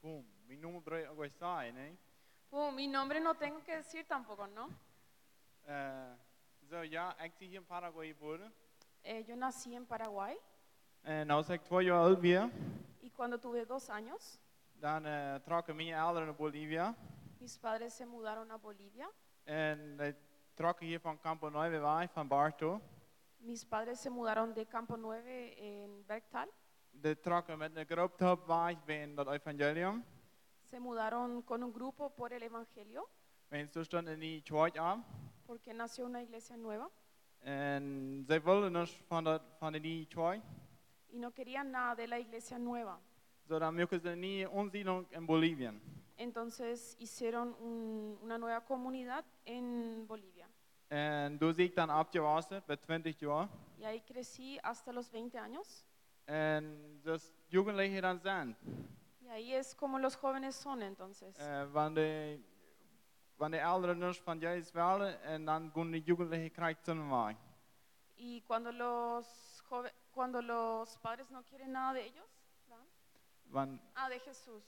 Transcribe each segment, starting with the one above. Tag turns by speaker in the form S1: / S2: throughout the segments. S1: Boom, mi nombre es Aine.
S2: Uh, mi nombre no tengo que decir tampoco, ¿no?
S1: Eh, so, ja, ik zie hier in Paraguay geboren.
S2: Eh, yo nací en Paraguay
S1: En als ik twee jaar oud was,
S2: y cuando tuve dos años,
S1: dan eh, trokken mijn ouders naar Bolivia.
S2: mis padres se mudaron a Bolivia.
S1: En die trokken hier van Campo Nueve weg, van Barto.
S2: Mis padres se mudaron de Campo 9 en Bergtal.
S1: Die trokken met een groep top weg bij dat evangelium.
S2: Se mudaron con un grupo por el Evangelio,
S1: Mijn zus stond in die tweede arm.
S2: porque nació una iglesia nueva
S1: En zij wilden ons van, dat, van die twee.
S2: y no querían nada de la iglesia nueva.
S1: Zodat mochten ze niet ontzien in Bolivia.
S2: Entonces hicieron un- una nueva comunidad en Bolivia.
S1: En toen zie ik dan afgewassen, bij 20 jaar.
S2: Y ahí crecí hasta los 20 años.
S1: En dus jugendlichen dan zijn.
S2: Y ahí es como los jóvenes son entonces.
S1: Eh, wanneer, wanneer ouderen dus van Jezus wilden en dan gaan de jugendlichen krijgen ze mij.
S2: Y cuando los, jove- cuando los padres no quieren nada de ellos, ¿verdad?
S1: Want,
S2: ah, de Jesús.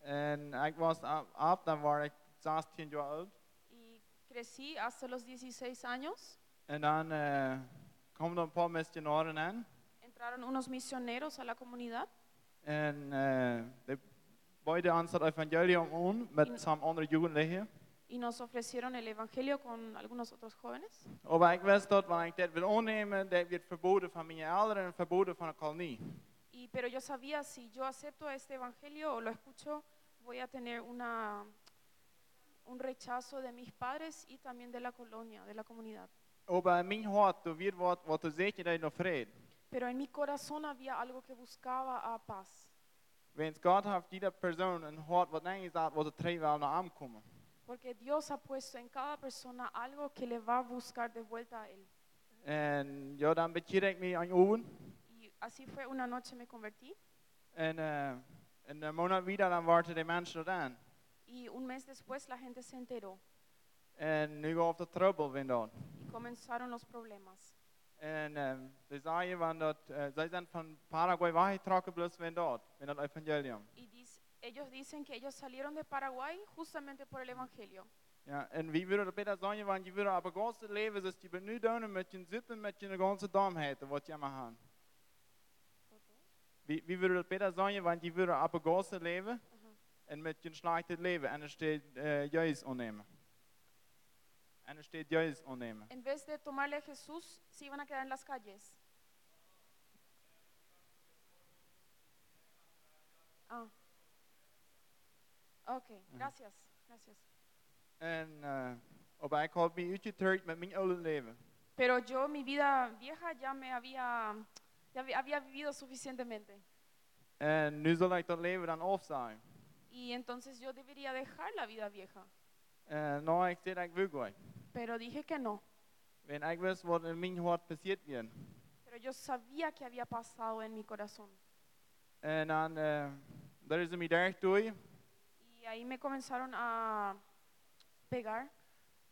S1: en ik was af, af, dan was ik 16 jaar oud.
S2: Y crecí hasta los 16 años.
S1: En dan eh, kwamen er een paar missionaren aan.
S2: Entraron unos misioneros a la comunidad
S1: En eh, de beide ons het evangelium om met samen andere jugendlichen.
S2: y nos ofrecieron el Evangelio con algunos otros jóvenes.
S1: Maar ik wist dat wanneer ik dit wil aannemen, dat werd verboden van mijn ouderen en verboden van de kolonie.
S2: Y, pero yo sabía, si yo acepto este Evangelio o lo escucho, voy a tener una, un rechazo de mis padres y también de la colonia, de la comunidad.
S1: Maar in mijn hart, toen werd wat, wat te zeggen dat je nog vrede.
S2: Pero en mi corazón había algo que buscaba a paz.
S1: Wens God heeft ieder persoon een hart wat ingezet wat de twee wel naar hem komen.
S2: Porque Dios ha puesto en cada persona algo que le va a buscar de vuelta a Él.
S1: En ja, dan bekeer ik me aan oven.
S2: Y así fue, una noche me convertí
S1: En eh, en een maand weer, dan waren de mensen er aan.
S2: y un mes después la gente se enteró
S1: En nu gaat de trouble weer dan.
S2: y comenzaron los problemas.
S1: En eh, ze zeiden van dat, eh, zij zijn van Paraguay weggetrokken bloos weer dat, met dat evangelium.
S2: Y dis- ellos dicen que ellos salieron de Paraguay justamente por el Evangelio.
S1: Ja, en wie willen dat beter zeggen, want je willen op het ganse leven, dus je bent nu doen met je zitten, met je ganse domheid, wat je maar aan. Wie, wie willen dat beter zeggen, want je willen op het ganse leven,
S2: Aha.
S1: En met je slaagt het leven en er staat eh, Jezus aannemen. En er staat Jezus aannemen.
S2: En vez de tomarle a Jesús, se iban a quedar en las calles. Ah. Ok, gracias, gracias.
S1: En eh op ik had mijn uurtje terug met mijn oude leven.
S2: Pero yo mi vida vieja ya me había, ya había- había vivido suficientemente.
S1: En nu zal ik dat leven dan afzien.
S2: Y entonces yo debería dejar la vida vieja.
S1: En nou, ik zei dat ik wil gaan.
S2: Pero dije que no.
S1: Want ik wist wat in mijn hart passiert werd.
S2: Pero yo sabía que había pasado en mi corazón.
S1: En dan, eh daar is mijn dag toe.
S2: Y ahí me comenzaron a pegar.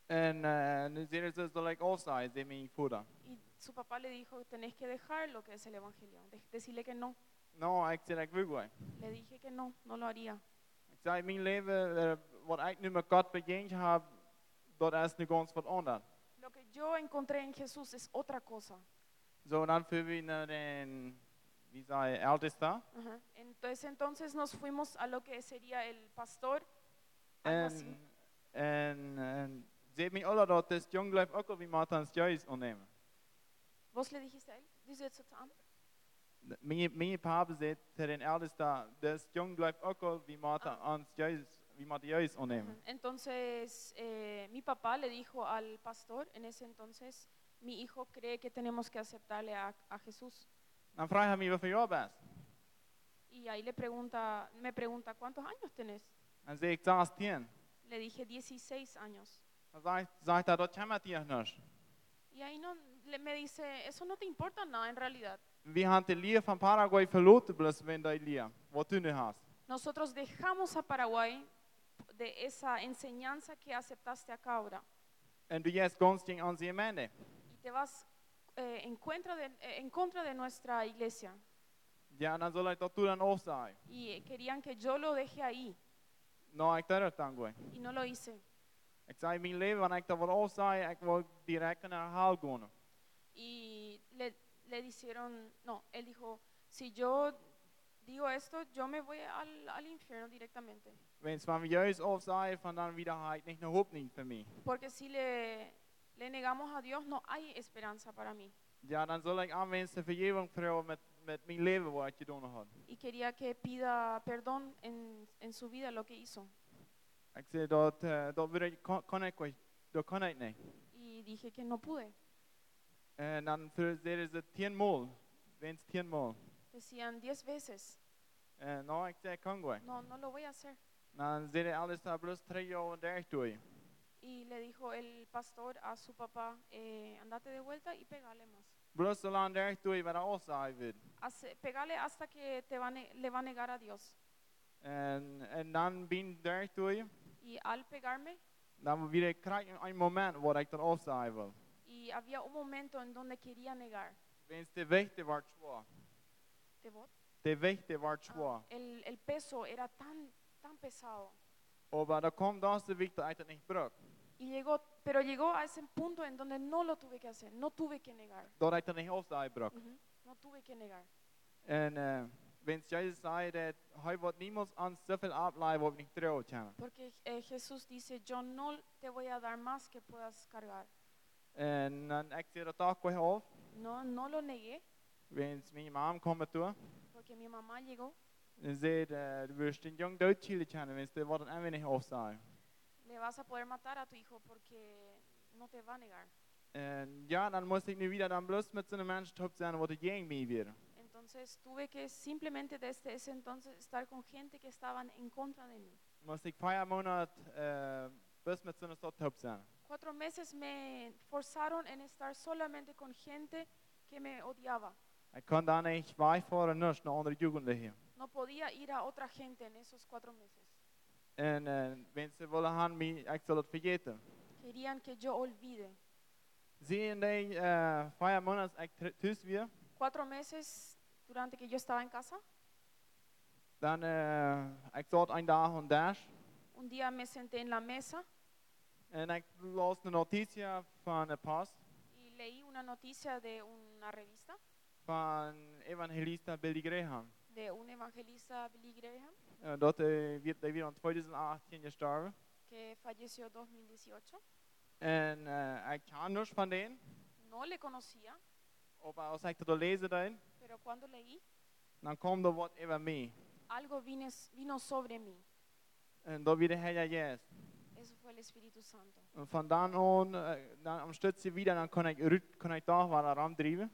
S1: En eh, nu zeiden ze dat ik afzien, zei mijn vader.
S2: Y su papá le dijo, tenés que dejar lo que es el Evangelio. De- decirle que no.
S1: Nou, ik zei dat ik wil gaan.
S2: Le dije que no, no lo haría.
S1: Ik zei, mijn leven, eh, wat ik nu met God begint heb, dat is nu ganz wat anders.
S2: Lo que yo encontré en Jesús es otra cosa.
S1: So, dann für wir nach den, wie sei, Ältester.
S2: Ajá. Entonces, entonces nos fuimos a lo que sería el pastor. algo así.
S1: En, en, en, seht mich alle dort, das Jungleib auch, wie Martins Joyce annehmen.
S2: ¿Vos le dijiste a él? Dice eso tam.
S1: Meine, meine Pape sagt zu den Ältesten, das Jungleib auch, wie Martins Joyce, wie Martins Joyce annehmen.
S2: Entonces, eh, mi papá le dijo al pastor, en ese entonces, mi hijo cree que tenemos que aceptarle a, a Jesús.
S1: Dann frage ich mich, wie viel Jahr bist
S2: Y ahí le pregunta, me pregunta, ¿cuántos años tenés?
S1: Dann sehe ich 16.
S2: Le dije 16 años.
S1: Dann sagt sag er, das kämmert dich nicht.
S2: Y ahí no, le- me dice, eso no te importa nada en realidad.
S1: Wir haben die Liebe von Paraguay verloren, bloß wenn die Liebe, was du nicht hast.
S2: Nosotros dejamos a Paraguay de esa enseñanza que aceptaste acá ahora.
S1: Und du gehst ganz gegen unsere Männer.
S2: Y te vas eh, en, contra de, eh, en contra de nuestra iglesia.
S1: Ja, dan zal hij dat toen dan ook zijn.
S2: y eh, querían que yo lo deje ahí
S1: Nou, ik deed dat dan gewoon.
S2: y no lo hice.
S1: Ik zei, mijn leven, wanneer ik dat wil opzij, ik wil direct naar haal gaan.
S2: Y le, le dijeron, no, él dijo, si yo digo esto, yo me voy al, al infierno directamente.
S1: Wenn's van juist opzij, van dan wieder halt niet naar hoop niet voor mij.
S2: Porque si le, le negamos a Dios, no hay esperanza para mí.
S1: Ja, dan zal ik aan mensen vergeving vragen met, met mijn leven wat je gedaan had.
S2: Y quería que pida perdón en, en su vida lo que hizo.
S1: Ik zei, dat, eh, dat, wil ik, kan, kan ik, wel- dat kan ik niet.
S2: Y dije que no pude.
S1: En Eh, dan ver- zeiden ze tienmaal. Wens tienmaal.
S2: Decían diez veces,
S1: En nou, ik zei, kan gewoon.
S2: no, no lo voy a hacer.
S1: Dan zeiden alles daar plus drie jaar en dertig door.
S2: Y le dijo el pastor a su papá, eh, andate de vuelta y pegale más.
S1: Plus zo lang dertig door, wat er opzij wordt.
S2: Hace- pegale hasta que te va a ne- le va a negar a Dios.
S1: En, en dan ben dertig door.
S2: Y al pegarme,
S1: Dan weer krijg ik een moment waar ik dat opzij wil.
S2: y había un momento en donde quería negar.
S1: Wens de wichten wordt zwaar.
S2: ¿Te bot?
S1: De wichten wordt zwaar.
S2: Ah, el, el peso era tan, tan pesado.
S1: Oh, Maar dan komt dat de wicht dat ik dat niet gebruik.
S2: Y llegó, pero llegó a ese punto en donde no lo tuve que hacer, no tuve que negar.
S1: Dat ik dat niet opzij gebruik.
S2: Ujú, No tuve que negar.
S1: En eh, wens Jezus zei dat hij wordt niemand aan zoveel afleiden wat we niet trouwen kunnen.
S2: Porque eh, Jesús dice, yo no te voy a dar más que puedas cargar.
S1: En dan ik zei dat ook weer op.
S2: No, no lo negué,
S1: Wens mijn mom kwam toe.
S2: porque mi mamá llegó,
S1: En zei, eh, du wirst den jong dood chillen kunnen, wens dat wordt een weinig opzij.
S2: le vas a poder matar a tu hijo porque no te va a negar.
S1: En Ähm, ja, dan moest ik nu weer dan bloos met zo'n mens top zijn wat het jeng mee weer.
S2: Entonces tuve que simplemente desde ese entonces estar con gente que estaban en contra de mí.
S1: Moest ik vijf maanden eh, bloos met zo'n soort top zijn.
S2: Cuatro meses me forzaron en estar solamente con gente que me odiaba.
S1: Ik kon dan echt wegvaren naar andere jugendlichen.
S2: No podía ir a otra gente en esos cuatro meses.
S1: En eh, wens ze willen gaan, mij- ik zal het vergeten.
S2: Querían que yo olvide.
S1: Sehen die äh, vier Monate ich tr- tschüss wir,
S2: Cuatro meses durante que yo estaba en casa,
S1: dann äh, ich dort ein Tag und das
S2: un día me senté en la mesa
S1: und ich las eine Notiz hier von der Post
S2: y leí una noticia de una revista
S1: von Evangelista Billy Graham.
S2: de un evangelista Billy Graham
S1: Äh, dort äh, wird er wieder in 2018 gestorben.
S2: que falleció en 2018.
S1: Und äh, ich kann nichts von denen,
S2: No le conocía,
S1: aber als ich das lese, dann,
S2: pero cuando leí
S1: dann kommt da was über mich.
S2: algo vino, vino sobre mí.
S1: Und da wieder Herr Jesus.
S2: Eso fue el Espíritu Santo.
S1: Und von dann an, äh, dann am Stütze wieder, dann kann ich, rüt- kann ich da weiter rumtreiben.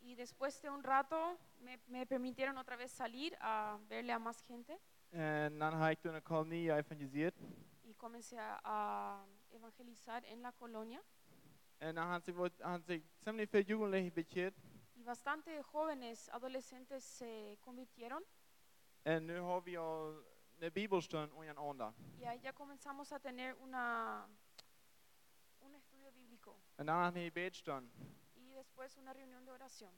S2: Y después de un rato me, me permitieron otra vez salir a verle a más gente
S1: Und dann habe ich da eine Kolonie evangelisiert.
S2: y comencé a, a evangelizar en la colonia.
S1: En dan had ze, had ze ziemlich veel Jugendliche betreut.
S2: Y bastante jóvenes, adolescentes se convirtieron
S1: En nu hebben we al een Bibelstunde ondereinander.
S2: y ahí ya comenzamos a tener una, un estudio bíblico
S1: En dan een gebedstunde.
S2: y después una reunión de oración.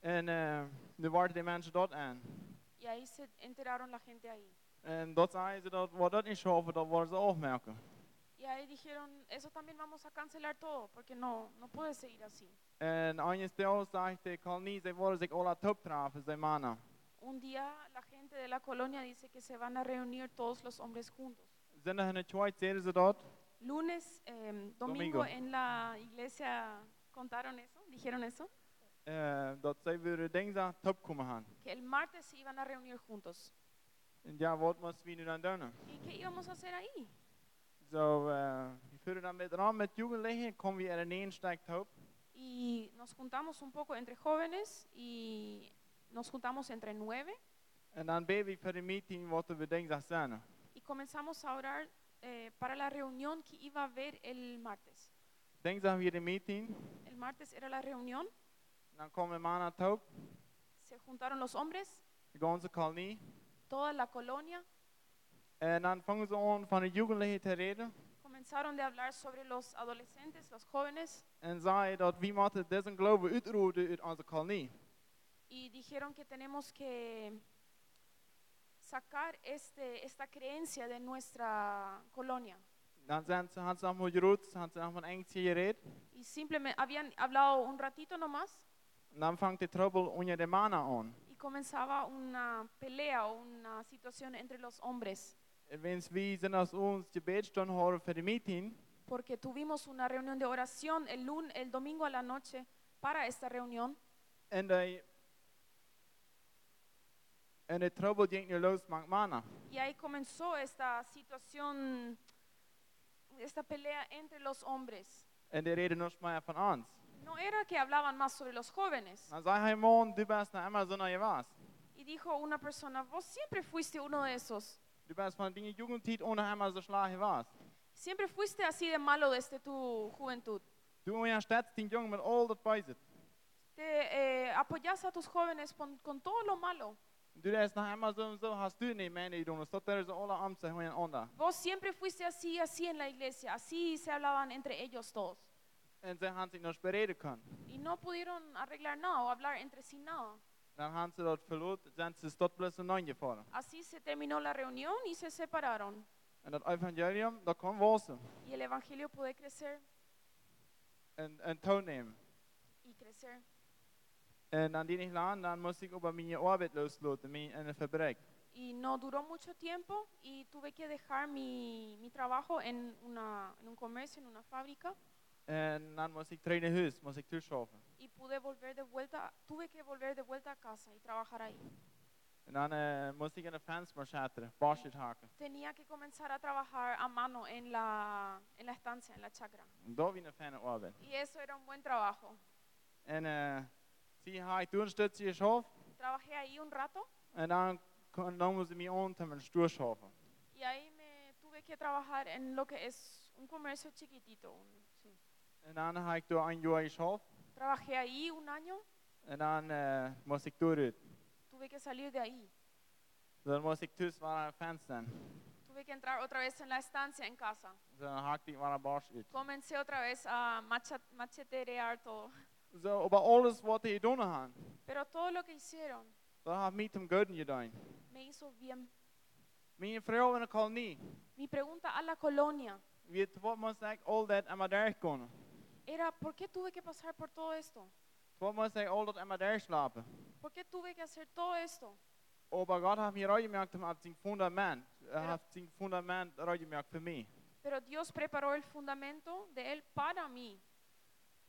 S1: En eh, nu waren die mensen dat aan.
S2: Y ahí se enteraron la gente ahí.
S1: En dat zeiden ze dat we dat niet schaffen, dat worden ze ook merken.
S2: Y ahí dijeron, eso también vamos a cancelar todo porque no, no puede seguir así.
S1: En Anja Stel zegt, ik kan niet, ze worden zich alle top treffen, zijn mannen.
S2: Un día la gente de la colonia dice que se van a reunir todos los hombres juntos.
S1: Zondag in het tweede zeiden ze dat.
S2: Lunes, eh, domingo,
S1: Domingo.
S2: en la iglesia contaron eso, dijeron eso,
S1: eh, dat zij weer dinsdag top komen gaan.
S2: que el martes se iban a reunir juntos.
S1: En ja, wat moesten we nu dan doen?
S2: ¿Y qué íbamos a hacer ahí?
S1: Zo, eh, we vullen dan met raam met Jugendlichen, komen we er in één steek top.
S2: Y nos juntamos un poco entre jóvenes y nos juntamos entre nueve
S1: En dan ben ik voor de meeting wat we dinsdag zijn.
S2: y comenzamos a orar eh, para la reunión que iba a haber el martes.
S1: Dinsdag weer de meeting.
S2: El martes era la reunión,
S1: Dan komen we maandag ook.
S2: se juntaron los hombres,
S1: De ganze kolonie.
S2: toda la colonia,
S1: En dan vangen ze aan van de jugendlichen te reden.
S2: comenzaron de hablar sobre los adolescentes, los jóvenes,
S1: En zeiden dat wie moeten deze geloven uitroeien uit onze kolonie.
S2: y dijeron que tenemos que sacar este, esta creencia de nuestra colonia.
S1: Dan zijn ze, had ze allemaal geroet, had ze allemaal Engels gered.
S2: Y simplemente habían hablado un ratito nomás
S1: En dan vangt de trouble onder de mannen aan.
S2: y comenzaba una pelea o una situación entre los hombres,
S1: En wens wie zijn als ons gebedstond horen voor de meeting,
S2: porque tuvimos una reunión de oración el, lun- el domingo a la noche para esta reunión
S1: en de, en de trouble ging nu los met mannen.
S2: y ahí comenzó esta situación, esta pelea entre los hombres.
S1: En die reden niet meer van ons.
S2: No era que hablaban más sobre los jóvenes.
S1: Dan zei hij, man, du bent naar Amazon naar je was.
S2: Y dijo una persona, vos siempre fuiste uno de esos.
S1: Du bent van die jugendtijd onder Amazon slagen was.
S2: Siempre fuiste así de malo desde tu juventud.
S1: Du onderstützt den Jungen met al dat bezit.
S2: Te eh, apoyas a tus jóvenes con, con todo lo malo.
S1: Du lässt nach Amazon so, hast du nicht mehr die Donus. Dort ist alle Amt sich mit einander.
S2: Vos siempre fuiste así, así en la iglesia. Así se hablaban entre ellos todos.
S1: Und sie haben sich nicht bereden können.
S2: Y no pudieron arreglar nada o hablar entre sí nada.
S1: Dann haben sie dort verloren, sind sie dort bloß hineingefahren.
S2: Así se terminó la reunión y se separaron.
S1: Und das Evangelium, da kann Wasser
S2: Y el evangelio puede crecer
S1: und, und Ton nehmen.
S2: y crecer.
S1: Und an die ich lerne, dann muss ich über meine Arbeit loslassen, meine in der Fabrik.
S2: Y no duró mucho tiempo y tuve que dejar mi, mi trabajo en, una, en un comercio, en una fábrica.
S1: Und dann muss ich trainen Hüs, muss ich zuschaffen.
S2: y pude volver de vuelta, tuve que volver de vuelta a casa y trabajar ahí.
S1: Und dann äh, muss ich in der Fenster schätern, Barschild haken.
S2: Tenía que comenzar a trabajar a mano en la, en la estancia, en la chacra.
S1: Und da wie eine feine Arbeit.
S2: Y eso era un buen trabajo.
S1: Und äh, sie habe ich durchstützt, ich schaffe.
S2: Trabajé ahí un rato
S1: Und dann, und dann muss ich mich unten mit Stuhl schaffen.
S2: y ahí me tuve que trabajar en lo que es un comercio chiquitito. un- sí.
S1: Und dann habe ich da ein Jahr geschafft.
S2: Trabajé ahí un año,
S1: Und dann äh, muss ich durch.
S2: tuve que salir de ahí.
S1: Dann muss ich tüß war ein Fenster.
S2: Tuve que entrar otra vez en la estancia en casa.
S1: Dann hakt ich war ein Barschild.
S2: Comencé otra vez a macha- macheterear todo.
S1: So, aber alles, was ich getan habe,
S2: Pero todo lo que hicieron
S1: das habe ich mit dem Götten getan.
S2: me hizo bien.
S1: Meine Frau in der Kolonie,
S2: Mi pregunta a la colonia,
S1: wir zwei müssen eigentlich all das einmal durchgehen.
S2: era ¿por qué tuve que pasar por todo esto?
S1: Zwei müssen eigentlich all das einmal durchschlafen.
S2: ¿Por qué tuve que hacer todo esto?
S1: Aber Gott hat mir reingemerkt, er hat sein Fundament, er hat sein Fundament reingemerkt für mich.
S2: Pero Dios preparó el fundamento de Él para mí.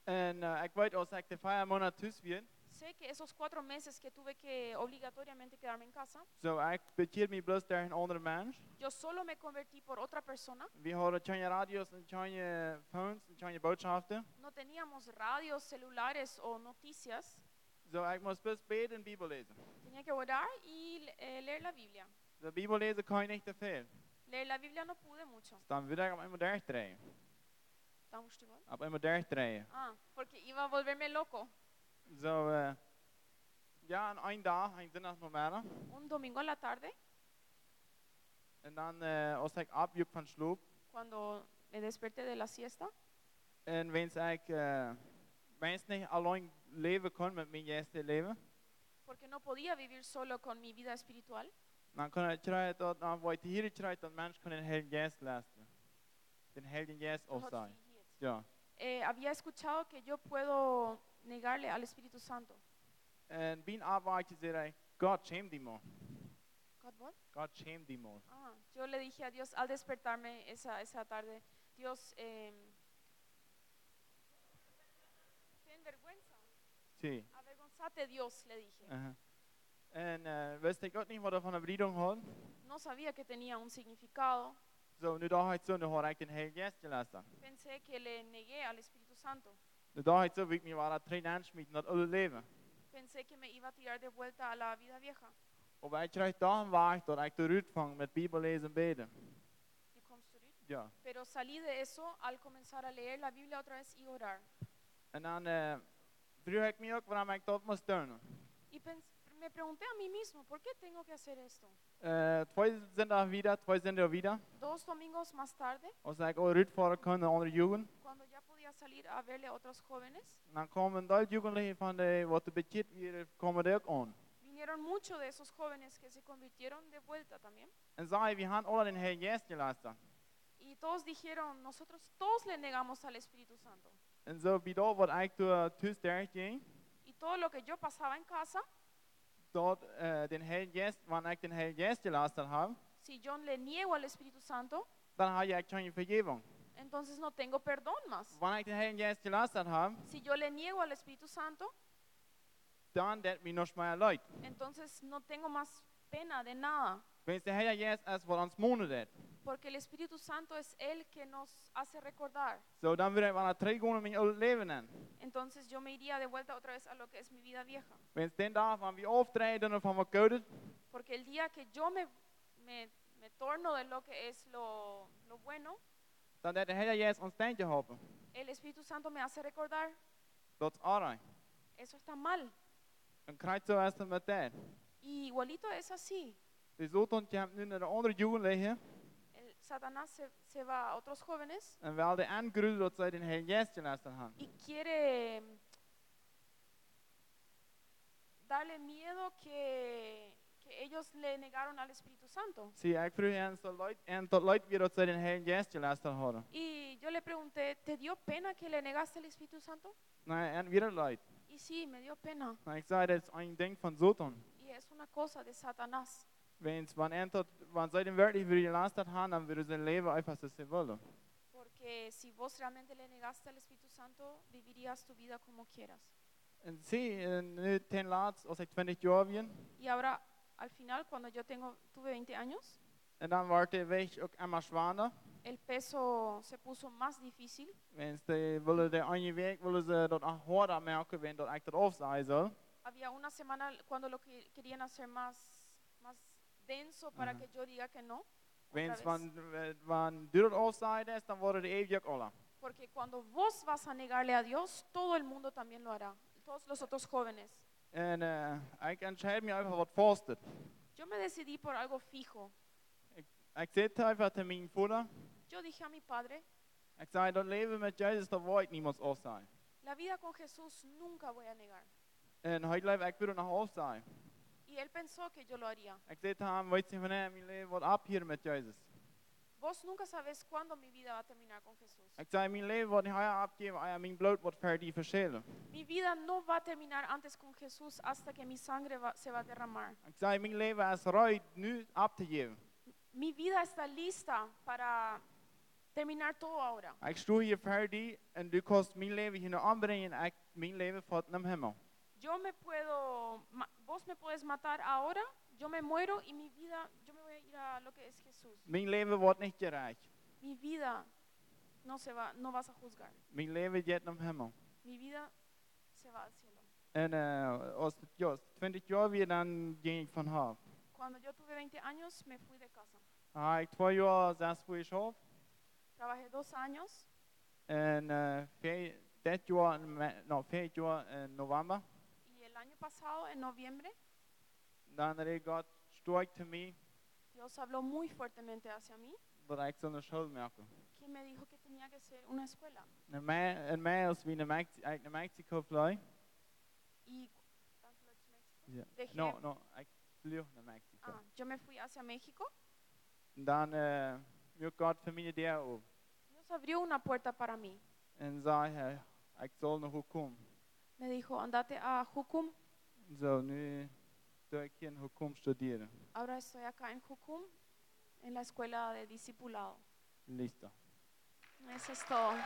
S1: Und äh, ich weiß, als ich die vier Monate tüß wird,
S2: Sé que esos cuatro meses que tuve que obligatoriamente quedarme en casa,
S1: so ich bekehr mich bloß durch einen anderen Mensch.
S2: yo solo me convertí por otra persona.
S1: Wir haben kleine Radios und kleine Phones und kleine Botschaften.
S2: No teníamos radios, celulares o noticias.
S1: So, ich muss bis beten und Bibel lesen.
S2: Tenía que orar y eh, leer la Biblia.
S1: So, Bibel lesen kann ich nicht empfehlen.
S2: Leer la Biblia no pude mucho.
S1: Dann würde ich ab einmal durchdrehen.
S2: ¿Está un estimado?
S1: Ab einmal durchdrehen.
S2: Ah, porque iba a volverme loco.
S1: So, äh, ja, an einem Tag, ein Sonntag noch mehr.
S2: Un domingo a la tarde,
S1: Und dann, äh, als ich abjuckt von Schlupf,
S2: cuando me desperté de la siesta,
S1: und wenn ich, äh, wenn's nicht allein leben kann mit meinem jetzigen Leben,
S2: porque no podía vivir solo con mi vida espiritual.
S1: dann kann ich schreien, dort, dann wollte ich hier schreien, dann Mensch kann den Helden Jesus lassen. Den Helden Jesus auch sein. Ja.
S2: Eh, había escuchado que yo puedo negarle al Espíritu Santo.
S1: Und bin abweichend, sehe ich, Gott, schäm dich mal.
S2: God, what?
S1: Gott, schäm dich mal.
S2: Ah, yo le dije a Dios al despertarme esa, esa tarde, Dios, eh, ten vergüenza,
S1: Sie.
S2: avergonzate Dios, le dije.
S1: Aha. Und äh, wüsste ich auch nicht, was er von der Beriedung hat.
S2: No sabía que tenía un significado,
S1: So, nu da halt so, nu hat ich den Heiligen Geist gelassen.
S2: pensé que le negué al Espíritu Santo,
S1: Nu da halt so, wie ich mich war, drin anschmieden, das alle Leben.
S2: pensé que me iba a tirar de vuelta a la vida vieja.
S1: Aber ich recht da war ich, dort ich da rübergefangen mit Bibel lesen und beten.
S2: You come to it.
S1: Ja.
S2: Pero salí de eso al comenzar a leer la Biblia otra vez y orar.
S1: Und dann, äh, früher ich mich auch, warum ich das muss tun.
S2: Y pens- me pregunté a mí mismo, ¿por qué tengo que hacer esto?
S1: Äh, zwei sind da wieder, zwei sind da wieder.
S2: Dos domingos más tarde,
S1: Und ich auch rüberfahren können, andere Jugend.
S2: cuando ya podía a salir a verle a otros jóvenes.
S1: Dan komen daar jugendlichen van de wat de budget weer komen er ook aan.
S2: Vinieron muchos de esos jóvenes que se convirtieron de vuelta también.
S1: En zei, we gaan alle den Heer Jezus gelasten.
S2: Y todos dijeron, nosotros todos le negamos al Espíritu Santo.
S1: En zo bij dat wat ik door thuis daar ging,
S2: Y todo lo que yo pasaba en casa,
S1: dat eh, den Heer Jezus, wanneer ik den Heer Jezus gelasten heb,
S2: si yo le niego al Espíritu Santo,
S1: dan heb ik geen vergeving.
S2: entonces no tengo perdón más.
S1: Wanneer ik den Heer Jezus gelasten heb,
S2: Si yo le niego al Espíritu Santo,
S1: dan dat we nog meer leid.
S2: entonces no tengo más pena de nada,
S1: Wees de Heer Jezus als wat ons monen deed.
S2: porque el Espíritu Santo es el que nos hace recordar.
S1: Zo, dan wil ik wanneer drie gewoon mijn oude leven in.
S2: Entonces yo me iría de vuelta otra vez a lo que es mi vida vieja,
S1: Wees den dag van wie optreden of van wat kouden,
S2: porque el día que yo me, me, me torno de lo que es lo, lo bueno,
S1: dan dat de Heer Jezus ons steentje helpen.
S2: el Espíritu Santo me hace recordar,
S1: Dat is aardig.
S2: eso está mal.
S1: Dan krijg je zo als het meteen.
S2: Y igualito es así.
S1: Dus Zoton, je hebt nu naar de andere jugendlichen.
S2: El Satanás se, se va a otros jóvenes
S1: En wel de aangruiden dat zij den Heer Jezus gelasten hebben.
S2: y quiere darle miedo que, que ellos le negaron al Espíritu Santo.
S1: Zie, ik vroeg hen zo luid, en tot luid weer dat zij den Heer Jezus gelasten hadden.
S2: Y yo le pregunté, ¿te dio pena que le negaste al Espíritu Santo?
S1: Nee, Nou, en weer luid.
S2: Y sí, me dio pena.
S1: Nou, ik zei, dat is een ding van Zoton.
S2: Y es una cosa de Satanás.
S1: Wens, wanneer tot, wanneer zij den werkelijk weer gelasten hebben, dan willen ze leven einfach zoals ze willen.
S2: Porque si vos realmente le negaste al Espíritu Santo, vivirías tu vida como quieras.
S1: En zie, en nu ten laatst, als ik 20 jaar ben,
S2: Y ahora, al final, cuando yo tengo, tuve 20 años,
S1: en dan wordt de weg ook immer zwaarder.
S2: el peso se puso más difícil.
S1: Wens, de willen de andere week, willen ze dat nog harder merken, wenn dat ik dat opzij zal.
S2: Había una semana cuando lo que querían hacer más, más denso para
S1: Ajá.
S2: que yo diga que no. otra
S1: Wens,
S2: vez.
S1: wanneer wanneer du dat opzij is, dan worden de eeuwig ook alle.
S2: Porque cuando vos vas a negarle a Dios, todo el mundo también lo hará. Todos los otros jóvenes.
S1: En eh, ik entscheid me einfach wat vast. is.
S2: Yo me decidí por algo fijo.
S1: Ik zit einfach te mijn voeder.
S2: Yo dije a mi padre,
S1: Ik zei, dat leven met Jezus, dat wordt niemand opzij.
S2: la vida con Jesús nunca voy a negar.
S1: En heute leef ik weer nog opzij.
S2: Y él pensó que yo lo haría.
S1: Ik zei tegen hem, weet je van hem, mijn leven wordt ab hier met Jezus.
S2: Vos nunca sabes cuándo mi vida va a terminar con Jesús.
S1: Ik zei, mijn leven wordt niet higher abgeven, maar mijn bloed wordt verder verschillen.
S2: Mi vida no va a terminar antes con Jesús hasta que mi sangre va- se va a derramar.
S1: Ik zei, mijn leven is ruid nu ab te geven.
S2: Mi vida está lista para terminar todo ahora.
S1: Ik stoe hier verder en du kost mijn leven hier naar aanbrengen en ik, mijn leven valt naar hemel.
S2: Yo me puedo, ma- vos me puedes matar ahora, yo me muero y mi vida, yo me voy a ir a lo que es Jesús.
S1: Mijn leven wordt niet gerecht.
S2: Mi vida no se va, no vas a juzgar.
S1: Mijn leven gaat naar hemel.
S2: Mi vida se va al cielo.
S1: En eh, als het ja, 20 jaar weer, dan ging ik van haar.
S2: Cuando yo tuve 20 años me fui de casa.
S1: Had ik twee jaar zes voor jezelf
S2: Trabajé dos años
S1: en eh, vier- dit jaar, in me- nou, vier jaar in november.
S2: y el año pasado, en noviembre,
S1: Dan reed God sterk te mij
S2: Dios habló muy fuertemente hacia mí,
S1: dat ik zo'n schuld merken.
S2: que me dijo que tenía que ser una escuela.
S1: En mij, en mij als we naar Mex- uit naar Mexico vliegen,
S2: Y cu- ¿tan solo es México?
S1: Ja.
S2: Dejé-
S1: no, no, Nou, ik vlieg naar Mexico.
S2: Ah, yo me fui hacia México.
S1: En dan eh moet God voor mij de deur open
S2: Dios abrió una puerta para mí.
S1: en zei hij, ik zal naar u komen.
S2: Me dijo, andate a Jucum.
S1: Zo, nu doe ik hier in Hukum studeren.
S2: Ahora estoy acá en Jucum, en la escuela de discipulado.
S1: Listo.
S2: Eso es todo.